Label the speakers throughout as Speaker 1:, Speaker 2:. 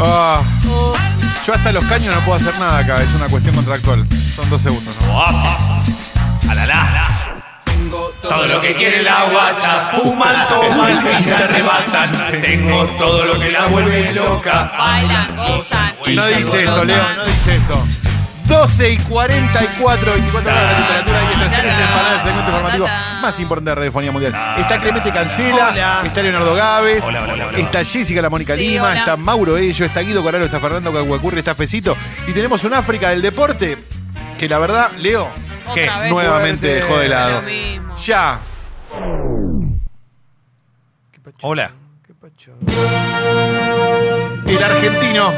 Speaker 1: Ah, yo hasta los caños no puedo hacer nada acá, es una cuestión contractual. Son dos segundos, ¿no?
Speaker 2: Todo lo que quiere la guacha, fuman, toman y se arrebatan. Tengo todo lo que la vuelve loca.
Speaker 3: Bailan, gozan. y
Speaker 1: No
Speaker 3: se
Speaker 1: dice eso,
Speaker 3: alborotan.
Speaker 1: Leo, no dice eso. 12 y 44, 24 horas de temperatura y estas tres empanadas el segmento informativo más importante de Radiofonía Mundial. Está Clemente Cancela, está Leonardo Gávez, está Jessica La Mónica
Speaker 3: Sí,
Speaker 1: Lima,
Speaker 3: hola.
Speaker 1: está Mauro Ello, está Guido Coralo, está Fernando Caguacurri, está Fecito. Y tenemos un África del deporte que la verdad, Leo,
Speaker 3: Otra
Speaker 4: ¿Qué?
Speaker 3: vez.
Speaker 1: nuevamente dejó de lado.
Speaker 3: Lo mismo.
Speaker 1: Ya.
Speaker 4: Hola.
Speaker 1: El argentino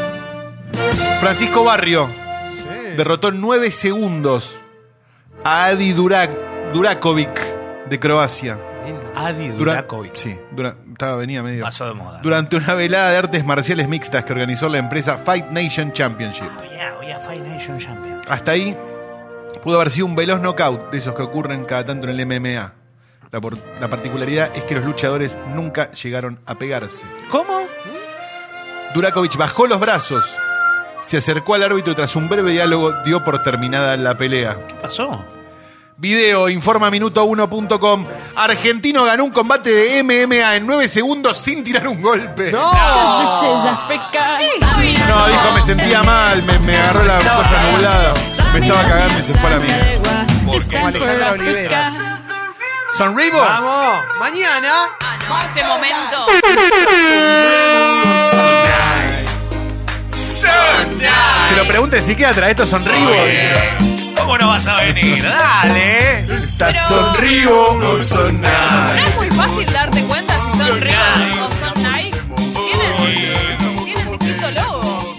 Speaker 1: Francisco Barrio derrotó en 9 segundos a Adi Durac, Durakovic de Croacia.
Speaker 4: Adi
Speaker 1: Dura-
Speaker 4: Durakovic.
Speaker 1: Sí, dura- estaba, venía medio.
Speaker 4: Pasó de moda.
Speaker 1: Durante una velada de artes marciales mixtas que organizó la empresa Fight Nation Championship.
Speaker 4: Oye, oye, Five Nation Champion.
Speaker 1: Hasta ahí pudo haber sido un veloz knockout de esos que ocurren cada tanto en el MMA. La, por- la particularidad es que los luchadores nunca llegaron a pegarse.
Speaker 4: ¿Cómo?
Speaker 1: Durakovic bajó los brazos, se acercó al árbitro y tras un breve diálogo dio por terminada la pelea.
Speaker 4: ¿Qué pasó?
Speaker 1: Video, informa minuto1.com. Argentino ganó un combate de MMA en 9 segundos sin tirar un golpe. No, no dijo, me sentía mal, me, me agarró la cosa nublada. Me estaba cagando y se fue a la mierda.
Speaker 5: Alejandra Oliveras.
Speaker 1: ¿Son Rebo?
Speaker 4: Oh,
Speaker 5: Vamos, mañana.
Speaker 3: Ah, no, este momento.
Speaker 1: Se lo pregunta el psiquiatra, ¿estos son Ribo?
Speaker 4: ¿Cómo no vas a venir? Dale.
Speaker 1: Estas son Ribo, no son nada.
Speaker 3: No es muy fácil darte cuenta si son reales o son Nike. Tienen, tienen distinto logo.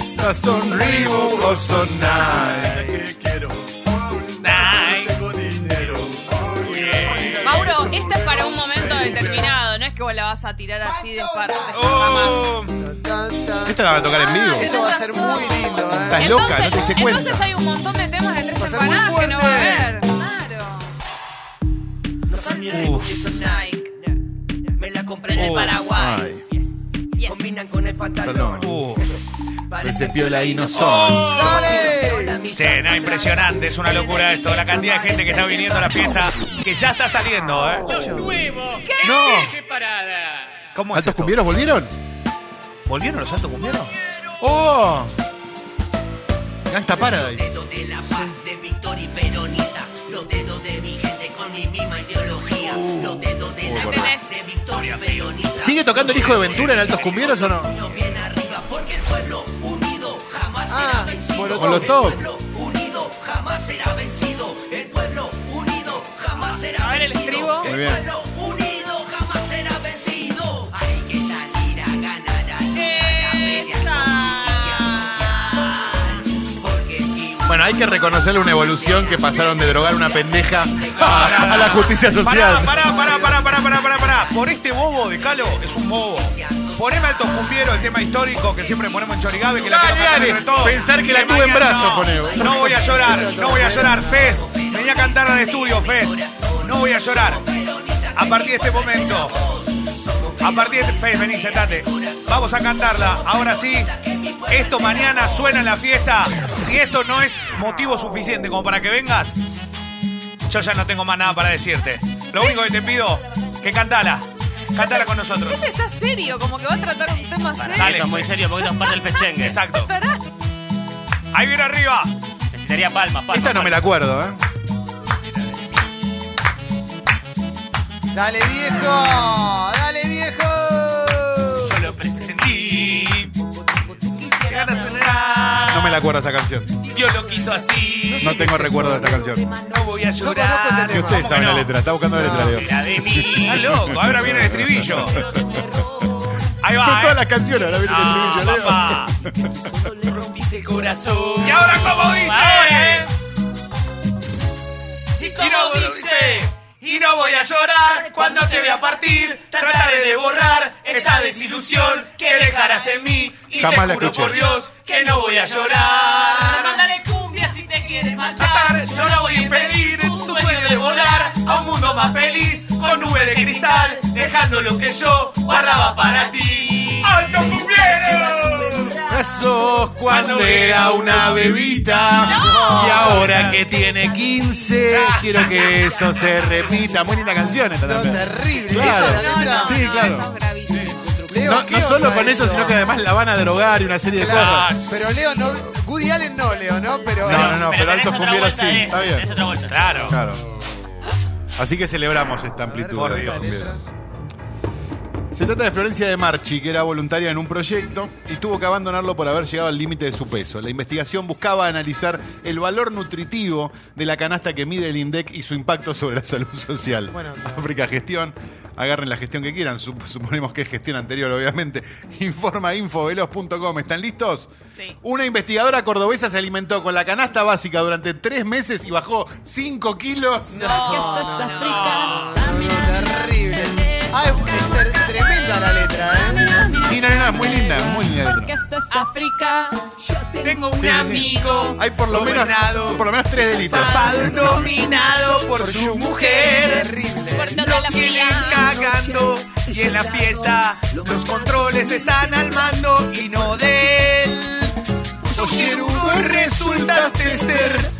Speaker 1: Estas son Ribo, no son nada.
Speaker 4: Nice.
Speaker 3: Mauro, esta es para un momento determinado. No es que vos la vas a tirar así de parte.
Speaker 4: Oh.
Speaker 1: Esta la van a tocar en
Speaker 3: Ah,
Speaker 1: vivo.
Speaker 5: Esto va a ser muy lindo, ¿eh?
Speaker 1: Estás loca, no te diste cuenta.
Speaker 3: Entonces hay un montón de temas de tres
Speaker 5: a ser muy
Speaker 3: empanadas que no va a
Speaker 5: fuerte.
Speaker 3: haber. Claro.
Speaker 4: Uf.
Speaker 6: Nike. Me la compré en el
Speaker 4: Oh.
Speaker 6: Paraguay.
Speaker 1: Ay,
Speaker 3: Yes.
Speaker 6: Combinan con el pantalón.
Speaker 1: perdón.
Speaker 4: Uf.
Speaker 1: Ese piola ahí no son.
Speaker 5: Dale.
Speaker 4: Sí, no, impresionante, es una locura esto. La cantidad de gente que está viniendo a la fiesta, que ya está saliendo, ¿eh? ¿Cómo es
Speaker 1: ¿Altos
Speaker 4: esto?
Speaker 1: cumbieros volvieron?
Speaker 4: ¿Volvieron los altos cumbieros?
Speaker 1: ¡Oh! Gangsta Paradise.
Speaker 6: Dedo de la paz, de Victoria y peronista. Los dedos de mi gente con mi misma ideología.
Speaker 1: Uh.
Speaker 6: Los dedos de la
Speaker 1: perdón.
Speaker 6: paz, de Victoria peronista.
Speaker 1: ¿Sigue tocando el hijo de Ventura en Altos Cumbieros o no?
Speaker 6: No viene arriba porque el pueblo unido jamás será
Speaker 5: Ah,
Speaker 6: vencido.
Speaker 5: Molotov.
Speaker 1: Molotov.
Speaker 6: El pueblo unido jamás será vencido. El pueblo unido jamás será
Speaker 3: A ver el
Speaker 6: vencido.
Speaker 3: estribo.
Speaker 1: Muy bien.
Speaker 6: pueblo unido jamás será vencido. Hay que salir a ganar a luchar a medias noticias. Porque si un
Speaker 1: Bueno, hay que reconocerle una evolución que pasaron de drogar una pendeja a, a la justicia
Speaker 4: Pará,
Speaker 1: social.
Speaker 4: pará, pará, pará, pará, pará, pará, pará. Por este bobo de Calo, es un bobo. Poneme altos cumbieros, el tema histórico que siempre ponemos en Chorigabe, que la
Speaker 1: Dale,
Speaker 4: quiero cantar
Speaker 1: dale.
Speaker 4: entre todos.
Speaker 1: Pensar que la tuve en
Speaker 4: mañana
Speaker 1: brazos,
Speaker 4: no.
Speaker 1: ponemos.
Speaker 4: No voy a llorar, no voy a llorar, Fez. Vení a cantar al estudio, Fez. No voy a llorar. A partir de este momento, a partir de este Fez, vení, sentate. Vamos a cantarla. Ahora sí, esto mañana suena en la fiesta. Si esto no es motivo suficiente como para que vengas, yo ya no tengo más nada para decirte. Lo único que te pido, que cantala. Cantala con nosotros.
Speaker 3: Este está serio, como que va a tratar un tema serio.
Speaker 4: Dale.
Speaker 7: Esto es muy serio porque esto es parte del fechengue.
Speaker 4: Exacto.
Speaker 3: Tará.
Speaker 4: Ahí viene arriba.
Speaker 7: Necesitaría palmas, palmas.
Speaker 1: Esta no me la acuerdo, ¿eh?
Speaker 5: Dale, viejo. Dale, viejo.
Speaker 4: Yo lo presentí. Qué ganas de llorar.
Speaker 1: No me la acuerdo esa canción.
Speaker 4: Dios lo quiso así.
Speaker 1: No tengo recuerdo de esta canción.
Speaker 4: No voy a
Speaker 5: conozco el
Speaker 4: llorar.
Speaker 5: tema.
Speaker 1: Que ustedes
Speaker 4: ¿Cómo
Speaker 1: saben la
Speaker 4: no?
Speaker 1: letra. Está buscando la letra, Leo.
Speaker 7: La de mí.
Speaker 4: Está loco. Ahora viene el estribillo. Ahí va.
Speaker 1: Con todas
Speaker 4: eh.
Speaker 1: las canciones ahora viene el
Speaker 4: Ah,
Speaker 1: estribillo, Leo.
Speaker 4: papá.
Speaker 6: le rompiste el corazón.
Speaker 4: Y ahora, como dice.
Speaker 7: Ahora, eh.
Speaker 4: Y no, dice, y no voy a llorar cuando te vea partir. Trataré de borrar esa desilusión que dejarás en mí. Y
Speaker 1: Jamás
Speaker 4: te
Speaker 1: la
Speaker 4: juro
Speaker 1: escuché.
Speaker 4: por Dios que no voy a llorar.
Speaker 6: Dale cumbia si te quieres marchar.
Speaker 4: Tratar, yo no voy a impedir tu sueño de volar a un mundo más feliz con nube de cristal, dejando lo que yo guardaba para ti. ¡Alto cumbiero!
Speaker 1: brazos cuando era una bebita. Y ahora que tiene 15, quiero que eso se repita. Muy linda canción esta
Speaker 5: No,
Speaker 1: también.
Speaker 5: terrible.
Speaker 1: Claro.
Speaker 5: Esa letra.
Speaker 1: Sí, claro.
Speaker 3: eso es gravísimo.
Speaker 5: Leo,
Speaker 1: No,
Speaker 5: ¿qué
Speaker 1: no solo
Speaker 5: onda
Speaker 1: con eso, sino que además la van a drogar y una serie de
Speaker 5: Claro,
Speaker 1: cosas.
Speaker 5: Pero Leo no. Woody Allen no, Leo, ¿no? Pero.
Speaker 1: No, no, no, pero
Speaker 7: tenés
Speaker 1: altos
Speaker 7: otra
Speaker 1: cumbieros
Speaker 7: vuelta,
Speaker 1: sí.
Speaker 7: eh.
Speaker 1: Está bien.
Speaker 7: Tenés otra vuelta. Claro.
Speaker 1: Claro. Así que celebramos esta
Speaker 5: A ver,
Speaker 1: amplitud.
Speaker 5: por
Speaker 1: de
Speaker 5: Dios.
Speaker 1: los cumbieros. Se trata de Florencia de Marchi, que era voluntaria en un proyecto y tuvo que abandonarlo por haber llegado al límite de su peso. La investigación buscaba analizar el valor nutritivo de la canasta que mide el INDEC y su impacto sobre la salud social.
Speaker 5: Bueno, no.
Speaker 1: África Gestión, agarren la gestión que quieran, sup- suponemos que es gestión anterior, obviamente. Informa infoveloz.com. ¿Están listos?
Speaker 3: Sí.
Speaker 1: Una investigadora cordobesa se alimentó con la canasta básica durante tres meses y bajó 5 kilos.
Speaker 3: esto es África.
Speaker 5: Terrible. Ah, es, es ter- tremenda la letra, ¿eh?
Speaker 1: Sí, no, no, no, es muy linda, es muy linda. letra.
Speaker 3: Esto es África.
Speaker 4: Tengo un
Speaker 1: sí, sí.
Speaker 4: amigo.
Speaker 1: Hay por lo menos,
Speaker 4: gobernado,
Speaker 1: por lo menos tres delitos.
Speaker 4: zapado, dominado por su mujer.
Speaker 5: Terrible.
Speaker 4: Lo siguen cagando y en la fiesta los controles están al mando y no de él. Oyeron, resultaste ser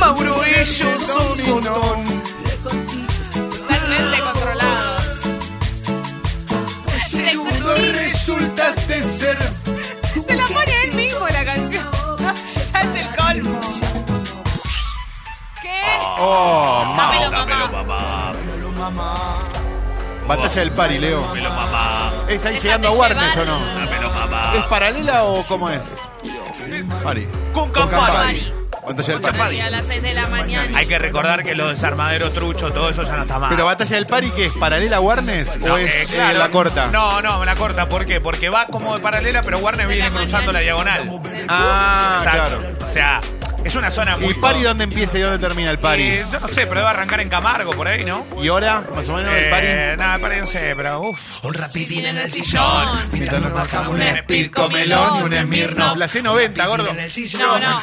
Speaker 4: Mauro, ellos son un montón.
Speaker 3: Totalmente controlado. Se
Speaker 4: Gerudo, resultaste ser
Speaker 3: se la pone a él mismo la canción. Ya es el colmo. ¿Qué?
Speaker 1: Oh,
Speaker 4: Ah,
Speaker 1: ma-
Speaker 3: Dámelo, mamá.
Speaker 7: papá.
Speaker 1: batalla del pari, Leo.
Speaker 7: Dámelo, papá.
Speaker 1: ¿Es ahí
Speaker 3: Déjate
Speaker 1: llegando a Warnes o
Speaker 3: llevar.
Speaker 1: no?
Speaker 7: Dámelo, papá.
Speaker 1: ¿Es paralela o cómo es? Pari.
Speaker 4: con
Speaker 1: Campari.
Speaker 4: campari.
Speaker 1: Batalla del
Speaker 4: Con
Speaker 1: pari.
Speaker 3: Y a las 6 de la mañana.
Speaker 4: Hay que recordar que los desarmaderos truchos, todo eso ya no está mal.
Speaker 1: Pero batalla del pari, ¿qué es? ¿Paralela a Warnes o
Speaker 4: No,
Speaker 1: es
Speaker 4: eh,
Speaker 1: eh,
Speaker 4: claro,
Speaker 1: la corta?
Speaker 4: No, no, la corta. ¿Por qué? Porque va como de paralela, pero Warner
Speaker 3: De
Speaker 4: viene
Speaker 3: la
Speaker 4: cruzando la
Speaker 3: mañana.
Speaker 4: diagonal.
Speaker 1: Ah,
Speaker 4: Exacto.
Speaker 1: claro.
Speaker 4: O sea, es una zona muy.
Speaker 1: ¿Y pari dónde empieza y dónde termina el pari?
Speaker 4: Eh, yo no sé, pero debe arrancar en Camargo por ahí, ¿no?
Speaker 1: ¿Y ahora, más o menos, el pari?
Speaker 4: Eh, nada, el pari no sé, pero uff.
Speaker 8: Un rapidín
Speaker 3: en el sillón,
Speaker 1: mientras nos bajamos un
Speaker 3: Spirco melón y un Smirnoff.
Speaker 1: La C90, gordo.
Speaker 3: No, no.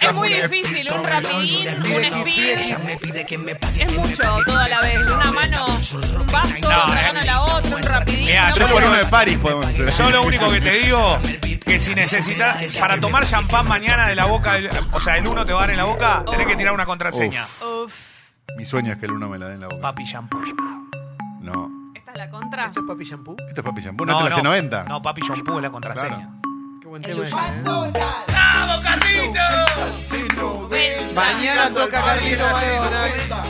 Speaker 3: Es muy difícil, un rapidín, un spin. Es mucho todo a la vez. Una mano, un vaso,
Speaker 4: No,
Speaker 3: otra
Speaker 4: eh.
Speaker 3: mano la otra, un rapidín.
Speaker 4: Mirá,
Speaker 3: no
Speaker 4: yo
Speaker 1: Yo
Speaker 3: puede
Speaker 1: por uno
Speaker 3: ser.
Speaker 1: de paris podemos hacer.
Speaker 4: Yo lo único que te digo que si necesitas, para tomar champán mañana de la boca, del- o sea, el uno te va a dar en la boca, tenés que tirar una contraseña.
Speaker 3: Uf,
Speaker 1: Mi sueño es que el uno me la dé en la boca.
Speaker 4: Papi champán.
Speaker 1: No.
Speaker 3: esta es la contra.
Speaker 5: ¿Esto es Papi Shampoo?
Speaker 1: Esto es papi shampoo, no, es la C90.
Speaker 4: No, papi champú es la contraseña.
Speaker 1: Claro.
Speaker 5: Qué buen tema. ¿eh?
Speaker 4: ¡Vamos, Carlitos!
Speaker 5: Mañana toca Carlito Maradona.
Speaker 3: Esta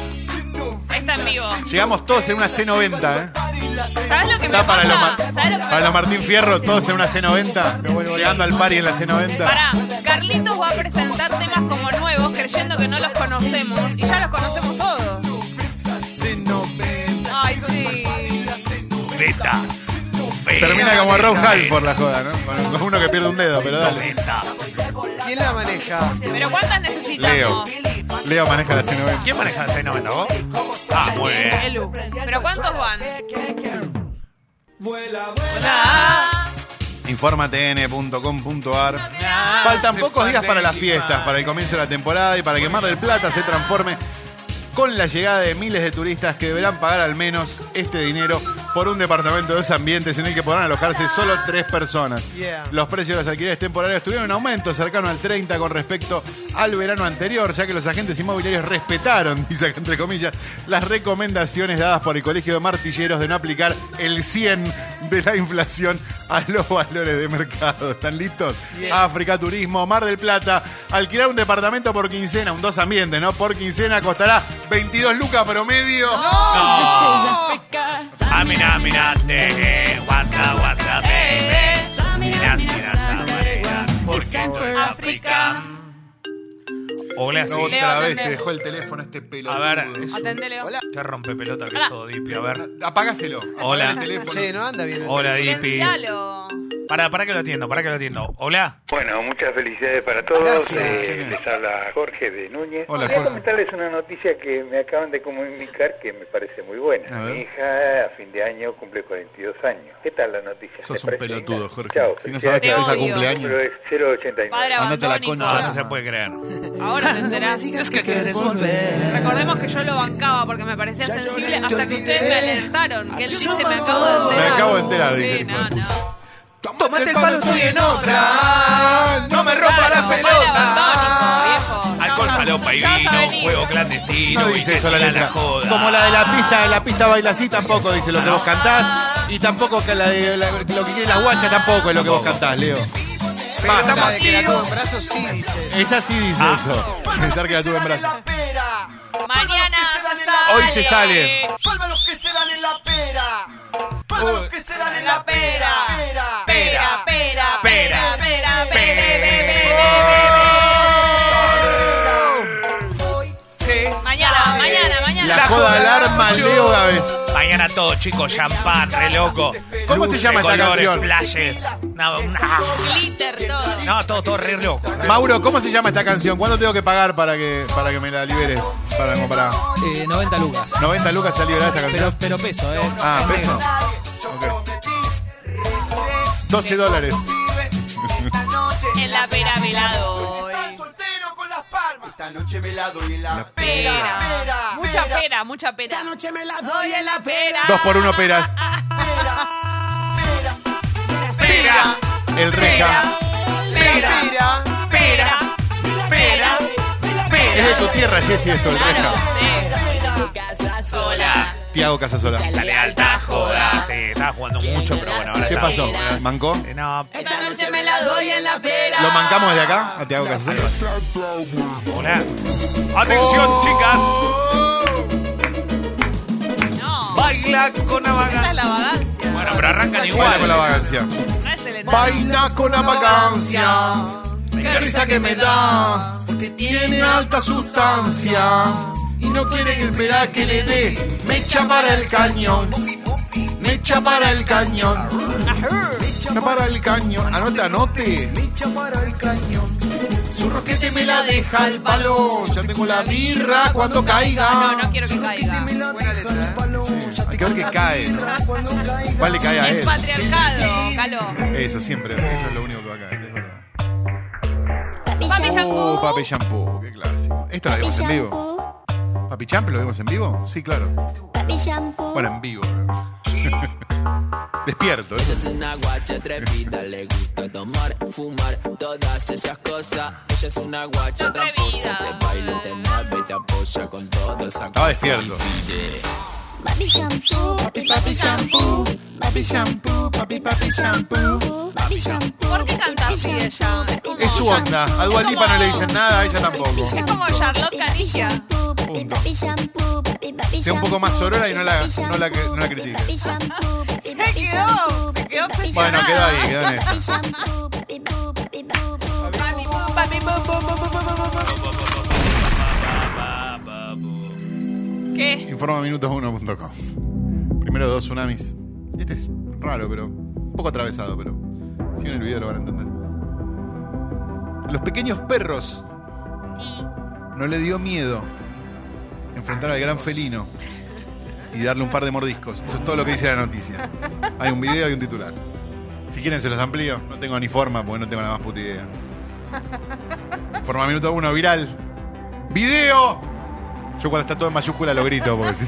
Speaker 3: en vivo.
Speaker 1: Llegamos todos en una C90, ¿eh?
Speaker 3: ¿Sabes lo que
Speaker 1: Está
Speaker 3: me pasa?
Speaker 1: para los, Mar-
Speaker 3: ¿Sabes lo que me
Speaker 1: para los
Speaker 3: pasa?
Speaker 1: Martín Fierro, todos en una C90. Llegando al pari en la C90.
Speaker 3: Pará, Carlitos va a presentar temas como nuevos creyendo que no los conocemos y ya los conocemos todos. Ay, sí.
Speaker 4: Beta.
Speaker 1: Termina como Rob Hall por la joda, ¿no? Con- Con uno que pierde un dedo, pero dale.
Speaker 5: ¿Quién la maneja?
Speaker 3: Pero ¿cuántas
Speaker 1: Leo.
Speaker 3: necesitamos?
Speaker 1: Leo maneja la C90.
Speaker 4: ¿Quién maneja el 690 vos? Ah, muy bien.
Speaker 3: Elu. ¿Pero cuántos van?
Speaker 1: Informatn.com.ar Faltan pocos días para las fiestas, para el comienzo de la temporada y para que Mar del Plata se transforme con la llegada de miles de turistas que deberán pagar al menos este dinero por un departamento de dos ambientes en el que podrán alojarse solo tres personas.
Speaker 5: Yeah.
Speaker 1: Los precios de los alquileres temporarios tuvieron un aumento cercano al 30 con respecto al verano anterior, ya que los agentes inmobiliarios respetaron, dice acá entre comillas, las recomendaciones dadas por el Colegio de Martilleros de no aplicar el 100 de la inflación a los valores de mercado. ¿Están listos? África, turismo, Mar del Plata. Alquilar un departamento por quincena, un dos ambientes, ¿no? Por quincena costará 22 lucas promedio.
Speaker 4: Ah, Aminaminate, eh, guata, guata, baby.
Speaker 3: Eh,
Speaker 4: Minasina, samarina, porque
Speaker 3: eh.
Speaker 4: no
Speaker 3: África.
Speaker 4: Olé
Speaker 1: No,
Speaker 4: así.
Speaker 3: Leo,
Speaker 1: otra vez
Speaker 3: atendé.
Speaker 1: se dejó el teléfono este pelotudo.
Speaker 4: A ver, es-
Speaker 3: Atendé, Leo.
Speaker 4: qué rompe pelota que eso, Dipi, a ver.
Speaker 1: Apagáselo. apagá
Speaker 4: Hola.
Speaker 1: el teléfono.
Speaker 5: Che, no anda bien. el
Speaker 4: Hola, Dipi.
Speaker 3: Silencialo.
Speaker 4: Para, para que lo atiendo, para que lo atiendo. Hola.
Speaker 9: Bueno, muchas felicidades para todos.
Speaker 5: Gracias.
Speaker 9: Eh, les habla Jorge de Núñez.
Speaker 1: Hola,
Speaker 9: Quería
Speaker 1: Jorge.
Speaker 9: comentarles una noticia que me acaban de comunicar que me parece muy buena.
Speaker 1: A ver.
Speaker 9: Mi hija a fin de año cumple 42 años. ¿qué tal la noticia?
Speaker 1: Sos
Speaker 9: ¿Te
Speaker 1: un
Speaker 9: parece
Speaker 1: pelotudo,
Speaker 9: linda?
Speaker 1: Jorge.
Speaker 9: Chao,
Speaker 1: si no sabes
Speaker 9: felicidades.
Speaker 1: que tu hija
Speaker 3: odio.
Speaker 1: cumple años.
Speaker 9: Pero es 089.
Speaker 3: Padre
Speaker 1: Andate a la
Speaker 3: abandónico.
Speaker 4: Ah, No,
Speaker 1: concha.
Speaker 4: no se puede creer.
Speaker 3: Ahora te enterás. Recordemos que yo lo bancaba porque me parecía sensible hasta que ustedes me alertaron. Que él dice, me acabo de enterar.
Speaker 1: Me acabo de enterar,
Speaker 3: Sí,
Speaker 1: dije.
Speaker 3: no, no.
Speaker 5: Tomate el palo, estoy en otra.
Speaker 7: copa y
Speaker 3: Ya vas a
Speaker 7: vino,
Speaker 3: venir.
Speaker 7: juego clandestino.
Speaker 1: No
Speaker 7: y
Speaker 1: dice
Speaker 7: te
Speaker 1: eso la
Speaker 7: siga
Speaker 1: letra.
Speaker 7: joda.
Speaker 1: Como la Ah. de la pista, la pista baila así tampoco dice lo que vos cantás. Y tampoco que la de la- lo que quiere la guacha tampoco es lo que vos cantás, Leo.
Speaker 4: Pero estamos
Speaker 5: La de que la tuvo
Speaker 4: activos.
Speaker 5: en brazos sí dice.
Speaker 1: Esa sí dice eso. Pensar que la tuve en brazos.
Speaker 3: Mañana se
Speaker 1: Hoy se sale.
Speaker 3: En la pera. Pera, pera, pera, pera, pera,
Speaker 1: Oh.
Speaker 3: Oh, Mañana, mañana, mañana.
Speaker 1: La joda alarma Leo Gávez.
Speaker 7: Mañana todo, chicos, champán, re loco.
Speaker 1: ¿Cómo se llama esta
Speaker 7: colores,
Speaker 1: canción?
Speaker 7: Flashes. No, no,
Speaker 3: Glitter todo.
Speaker 7: no, todo, todo re loco.
Speaker 1: Mauro, ¿cómo se llama esta canción? ¿Cuándo tengo que pagar para que, para que me la liberes? Para, como para
Speaker 10: Eh, 90 lucas.
Speaker 1: 90 lucas se ha liberado esta
Speaker 10: Pero,
Speaker 1: canción.
Speaker 10: pero peso, ¿eh?
Speaker 1: Ah, peso. Ok. 12 dólares.
Speaker 3: En la pera velado hoy. Pera. Mucha pera, mucha pera. Esta noche me la doy en la pera.
Speaker 1: Dos por uno peras.
Speaker 3: Pera,
Speaker 1: El reja.
Speaker 3: pera,
Speaker 5: Mira,
Speaker 3: pera, pera, pera.
Speaker 1: Es de tu tierra, Jesse, esto, el
Speaker 3: Claro,
Speaker 1: reja.
Speaker 3: sí. Hola.
Speaker 1: Tiago Casasola.
Speaker 7: Sale alta joda. Ah, Sí, estaba jugando mucho, pero bueno, ahora
Speaker 1: ¿Qué
Speaker 7: está.
Speaker 1: pasó? ¿Mancó?
Speaker 7: Eh, No,
Speaker 3: Esta noche me la doy en la pera.
Speaker 1: ¿Lo mancamos desde acá? A Tiago Casasola.
Speaker 7: hola. Atención, chicas.
Speaker 3: No.
Speaker 7: Baila con la
Speaker 3: Esa
Speaker 7: vaga.
Speaker 3: es la vagancia.
Speaker 7: Bueno, pero arrancan
Speaker 1: Baila con la
Speaker 7: igual.
Speaker 1: vagancia.
Speaker 3: No es el enano.
Speaker 1: Vaina con la vagancia. Qué risa que me da. Porque tiene alta sustancia. Y no quiere esperar que le dé. Me echa para el cañón. Me echa para el cañón. Echa para el cañón. Anote, anote. Su roquete me la deja al palo. Ya tengo la birra cuando
Speaker 3: No,
Speaker 1: caiga.
Speaker 3: no quiero que caiga.
Speaker 5: buena letra. ¿eh?
Speaker 1: Hay que ver que cae. ¿no? ¿Cuál le cae a
Speaker 3: Es
Speaker 1: él?
Speaker 3: patriarcado, caló.
Speaker 1: Eso siempre, eso es lo único que va a caer, es verdad.
Speaker 3: Papi
Speaker 1: Oh,
Speaker 3: shampoo.
Speaker 1: Papi Shampoo, qué clásico. Esto lo vimos en vivo. ¿Papi Shampoo lo vimos en vivo? Sí, claro.
Speaker 11: Papi shampoo.
Speaker 1: Bueno, en vivo. Despierto, ¿eh?
Speaker 12: Es una guacha atrevida, le gusta tomar, fumar, todas esas cosas. Ella es una guacha
Speaker 3: Atrevida.
Speaker 12: tramposa, te baila, te mueve, y te apoya con toda esa
Speaker 1: Estaba despierto.
Speaker 11: Papi shampoo. Papi papi shampoo. Papi shampoo. Papi papi shampoo. Papi shampoo.
Speaker 3: ¿Por qué canta así ella?
Speaker 1: Es su onda. A Dua Lipa no le dicen nada, a ella tampoco.
Speaker 11: Es
Speaker 3: como Charlotte Canilla.
Speaker 1: Punto. Sea un poco más sorora y no la- no la que- no la critique.
Speaker 11: Se
Speaker 3: quedó, se quedó obsesionada.
Speaker 1: Bueno, quedó ahí, quedó en eso.
Speaker 3: Papi, papi, ¿Qué?
Speaker 1: Informa minutos1.com. Primero dos tsunamis. Este es raro, pero. Un poco atravesado, pero. Si ven el video lo van a entender. Los pequeños perros. No le dio miedo enfrentar al gran felino y darle un par de mordiscos. Eso es todo lo que dice la noticia. Hay un video y un titular. Si quieren se los amplío. No tengo ni forma porque no tengo la más puta idea. Forma minuto uno viral. ¡Video! Yo cuando está todo en mayúscula lo grito porque si-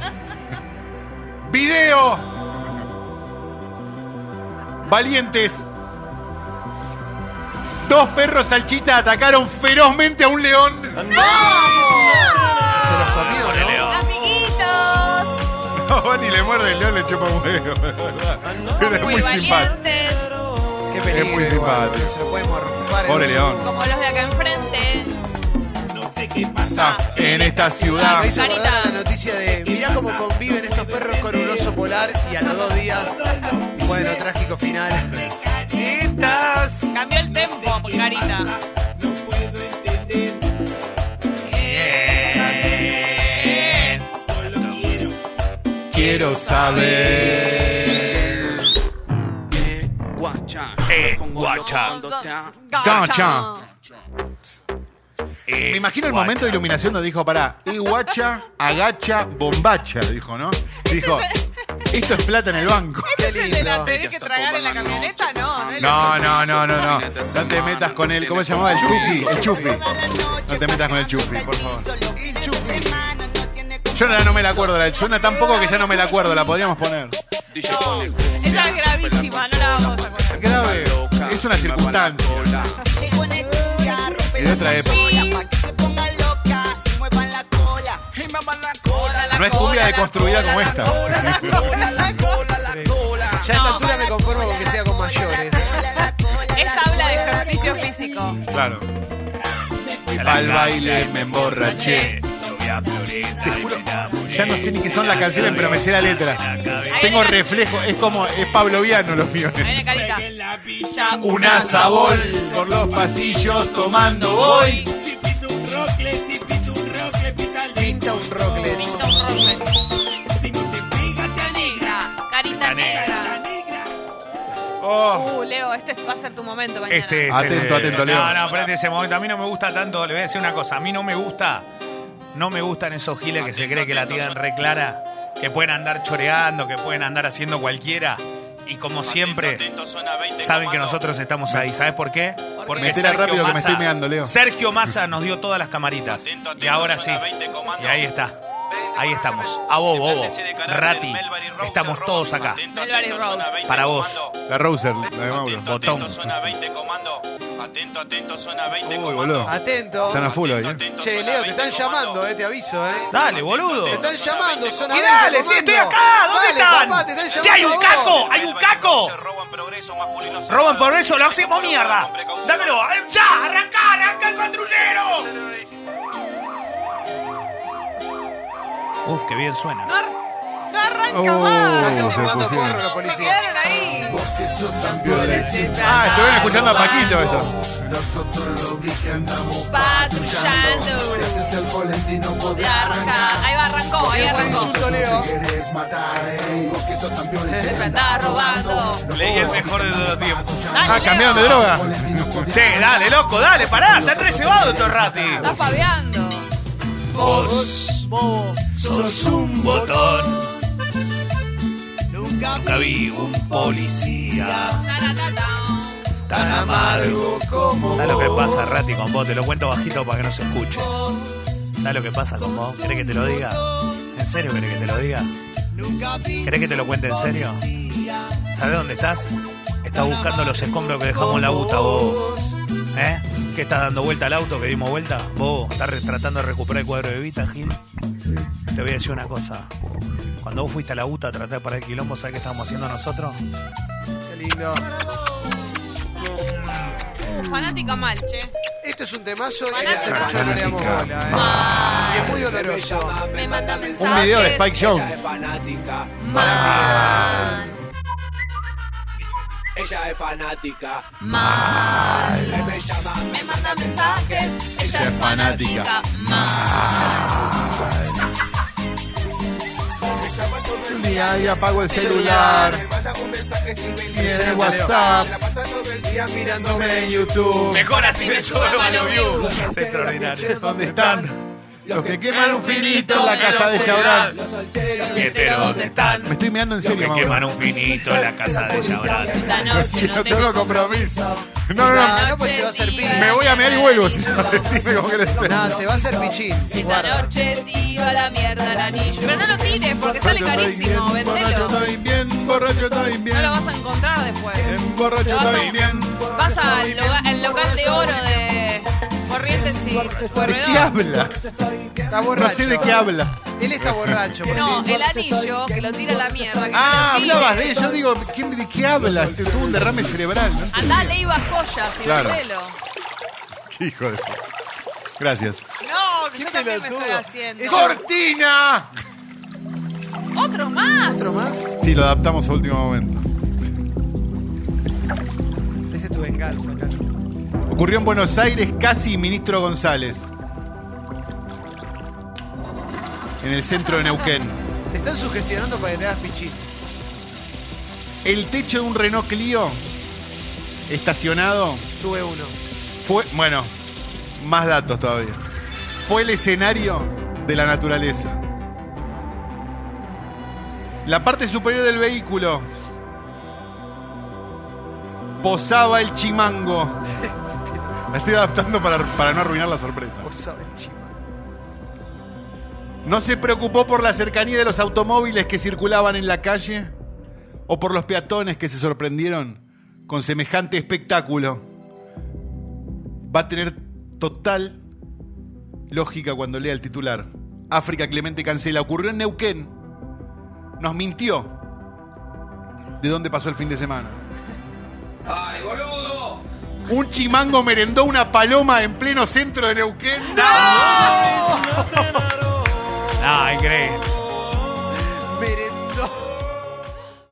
Speaker 1: ¡Video! Valientes. Dos perros salchitas atacaron ferozmente a un león.
Speaker 5: los comió, ¿no?
Speaker 3: Amiguitos.
Speaker 1: No, ni le muerde el león, le chupa un huevo. Pero es
Speaker 3: Muy,
Speaker 1: muy simpático.
Speaker 3: valientes.
Speaker 5: Qué peligro,
Speaker 1: muy simpático.
Speaker 5: igual, boludo, Se lo puede morfar. el
Speaker 1: Pobre
Speaker 5: oso.
Speaker 1: león.
Speaker 3: Como los de acá enfrente.
Speaker 1: Está en esta ciudad.
Speaker 5: Me hizo
Speaker 3: Carita.
Speaker 5: acordar a Ah, la noticia de mirá cómo conviven estos perros con un oso polar y a los dos días, bueno, trágico final.
Speaker 3: Cambió el tempo, carita.
Speaker 7: Bien.
Speaker 1: Quiero saber.
Speaker 12: Guacha,
Speaker 7: Eh, guacha.
Speaker 1: Gacha.
Speaker 7: Eh,
Speaker 1: Me imagino el
Speaker 7: guacha.
Speaker 1: momento de iluminación nos dijo, pará, y guacha, agacha, bombacha, dijo, ¿no? Dijo, esto es plata en el banco.
Speaker 3: ¿Este es el de la
Speaker 5: lindo.
Speaker 3: tenés que tragar en la camioneta? No, no. es
Speaker 1: No, no, no, no, no. No te metas con él. ¿Cómo se llamaba? El Chufi. El Chufi. No te metas con el Chufi, por favor. Yo ahora no me la acuerdo. La suena tan poco que ya no me la acuerdo. La podríamos poner.
Speaker 3: lo- Esa es gravísima, no la vamos a poner.
Speaker 1: Grave. Es una circunstancia. Es de otra época.
Speaker 3: Sí,
Speaker 1: no es cumbia deconstruida como esta.
Speaker 5: Ya a esta altura me conformo con que sea con mayores.
Speaker 3: Esta habla de ejercicio físico.
Speaker 1: Claro. Al baile me emborraché. Te juro, ya no sé ni qué son las canciones, pero me sé la letra. Tengo reflejo, es como, es pavloviano los guiones.
Speaker 3: Ahí viene carita.
Speaker 1: Una sabor por los pasillos tomando hoy.
Speaker 5: Pinta un rocklet.
Speaker 3: Carita negra. Carita negra.
Speaker 1: Oh.
Speaker 3: Uh, Leo, este va a ser tu momento mañana.
Speaker 7: Este es
Speaker 1: Atento,
Speaker 7: el-
Speaker 1: atento, Leo.
Speaker 7: No, no, espérate ese momento. A mí no me gusta tanto. Le voy a decir una cosa. A mí no me gusta. No me gustan esos giles que se cree que la tiran re clara. Que pueden andar choreando, que pueden andar haciendo cualquiera. Y como siempre, saben que nosotros estamos ahí. ¿Sabes por qué? Porque
Speaker 1: Metela rápido, que me estoy meando, Leo.
Speaker 7: Sergio Massa nos dio todas las camaritas. y ahora sí. Y ahí está. Ahí estamos. A vos, Bobo. Rati. Estamos todos acá.
Speaker 3: Melvary Rose.
Speaker 7: Para vos.
Speaker 1: La Rouser, la de Mauro.
Speaker 7: Botón.
Speaker 1: Uy, boludo.
Speaker 5: Atento.
Speaker 1: Están a full hoy. ¿eh?
Speaker 5: Che, Leo, te están llamando, eh, te aviso, eh.
Speaker 7: Dale, boludo.
Speaker 5: Te están llamando, zona
Speaker 7: Y
Speaker 5: 20,
Speaker 7: dale, sí,
Speaker 5: comando.
Speaker 7: estoy acá. ¿Dónde
Speaker 5: Dale,
Speaker 7: están?
Speaker 5: papá, te están
Speaker 7: ¿Qué hay
Speaker 5: llamando
Speaker 7: un
Speaker 5: a vos.
Speaker 7: caco? ¿Hay un caco? Roban por eso, lo hacemos mierda. Dámelo, eh, ya, arranca, arranca el patrullero. Uf, qué bien suena.
Speaker 3: No, ar- no arranca
Speaker 1: Oh,
Speaker 3: más.
Speaker 5: Están
Speaker 1: se
Speaker 5: jugando
Speaker 1: pusieron.
Speaker 5: corro los
Speaker 3: Se
Speaker 5: policías.
Speaker 3: quedaron ahí.
Speaker 1: Ah, estuvieron escuchando a Paquito esto.
Speaker 3: Patrullando. Arranca. Ahí va, arrancó, ahí arrancó.
Speaker 5: Insulto, Leo.
Speaker 3: Me andaba robando.
Speaker 7: Leí el mejor de todos los tiempos.
Speaker 1: Ah,
Speaker 3: Dale,
Speaker 1: cambiaron de
Speaker 3: Leo.
Speaker 1: droga.
Speaker 7: Che, dale, loco, dale, pará, están reservados estos rati.
Speaker 3: Está paveando.
Speaker 7: Vos, sos un botón. Nunca vi un policía
Speaker 3: Na, na, na, na.
Speaker 7: tan amargo como ¿Sabes lo que pasa, Rati, con vos? Te lo cuento bajito para que no se escuche. ¿Sabes lo que pasa con vos? ¿Querés que te lo diga? ¿En serio querés que te lo diga? ¿Querés que te lo cuente en serio? ¿Sabés dónde estás? Estás buscando los escombros que dejamos en la buta, vos. ¿Eh? ¿Qué estás dando vuelta al auto que dimos vuelta? Vos, estás re- tratando de recuperar el cuadro de Vita, Gil. Te voy a decir una cosa. Cuando vos fuiste a la UTA a tratar para el quilombo, ¿sabés qué estábamos haciendo nosotros?
Speaker 5: Qué lindo.
Speaker 3: Fanática mal, che.
Speaker 5: Esto Este es un temazo y
Speaker 3: Fanática.
Speaker 5: hace mucho que no le damos bola,
Speaker 1: Ah,
Speaker 5: eh. Y es muy doloroso.
Speaker 3: Me manda mensajes.
Speaker 1: Un video de Spike Jones.
Speaker 3: Man.
Speaker 12: Ella es fanática.
Speaker 3: Mal. Me manda mensajes. Ella es fanática.
Speaker 1: Un día y apago el celular. Y en el WhatsApp. Mirándome en YouTube.
Speaker 7: Mejor así
Speaker 3: me sube los views.
Speaker 7: Es extraordinario.
Speaker 1: ¿Dónde están? Los que queman un finito en la casa de Yaurán.
Speaker 7: Pero ¿dónde están?
Speaker 1: Me estoy mirando en
Speaker 7: Que
Speaker 1: serio,
Speaker 7: queman
Speaker 1: Mauro.
Speaker 7: un finito en la casa de Yabrán.
Speaker 3: Esta noche
Speaker 1: No tengo compromiso. No, no, no.
Speaker 5: Ah, no, pues se va a hacer pis.
Speaker 1: Me voy a mear y vuelvo. Si no, decime cómo querés.
Speaker 5: Nada, se va a hacer pichín.
Speaker 3: Esta
Speaker 5: Guarda.
Speaker 3: noche tiro a la mierda el anillo. Pero no lo tires porque sale
Speaker 1: Borracho estoy bien,
Speaker 3: carísimo.
Speaker 1: Borracho
Speaker 3: Vendelo.
Speaker 1: estoy bien, borracho estoy
Speaker 3: No
Speaker 1: bien.
Speaker 3: lo vas a encontrar después.
Speaker 1: En borracho
Speaker 3: Te vas
Speaker 1: estoy
Speaker 3: a-
Speaker 1: bien.
Speaker 3: Vas al loga- al local de oro de Corrientes y
Speaker 1: ¿De qué
Speaker 3: Corredor.
Speaker 1: habla?
Speaker 5: Está borracho.
Speaker 1: No sé de qué habla.
Speaker 5: Él está borracho, por
Speaker 3: No,
Speaker 5: sí.
Speaker 3: el anillo que lo tira a la mierda. que
Speaker 1: Ah,
Speaker 3: no lo
Speaker 1: hablabas de
Speaker 3: tires.
Speaker 1: ello. Yo digo, ¿qué- ¿de qué habla? Este, Tuvo un derrame cerebral, ¿no?
Speaker 3: Andá, le iba joyas y
Speaker 1: Claro.
Speaker 3: vendelo.
Speaker 1: Qué hijo de... Gracias.
Speaker 3: No, que
Speaker 5: Qué
Speaker 3: yo también me estoy
Speaker 5: pelotudo.
Speaker 3: haciendo.
Speaker 5: Eso-
Speaker 1: ¡Cortina!
Speaker 3: ¡Otro más!
Speaker 5: ¿Otro más?
Speaker 1: Sí, lo adaptamos a último momento.
Speaker 5: Ese es tu venganza, claro.
Speaker 1: Ocurrió en Buenos Aires casi ministro González. En el centro de Neuquén.
Speaker 5: Te están sugestionando para que te hagas pichín.
Speaker 1: El techo de un Renault Clio estacionado
Speaker 5: Tuve uno.
Speaker 1: fue. Bueno, más datos todavía. Fue el escenario de la naturaleza. La parte superior del vehículo posaba el chimango. La estoy adaptando para, para no arruinar la sorpresa.
Speaker 5: Por saber, chico.
Speaker 1: No se preocupó por la cercanía de los automóviles que circulaban en la calle o por los peatones que se sorprendieron con semejante espectáculo. Va a tener total lógica cuando lea el titular. África Clemente Cancela. Ocurrió en Neuquén. Nos mintió. ¿De dónde pasó el fin de semana?
Speaker 4: ¡Ay, boludo!
Speaker 1: Un chimango merendó una paloma en pleno centro de Neuquén.
Speaker 7: Ah, increíble.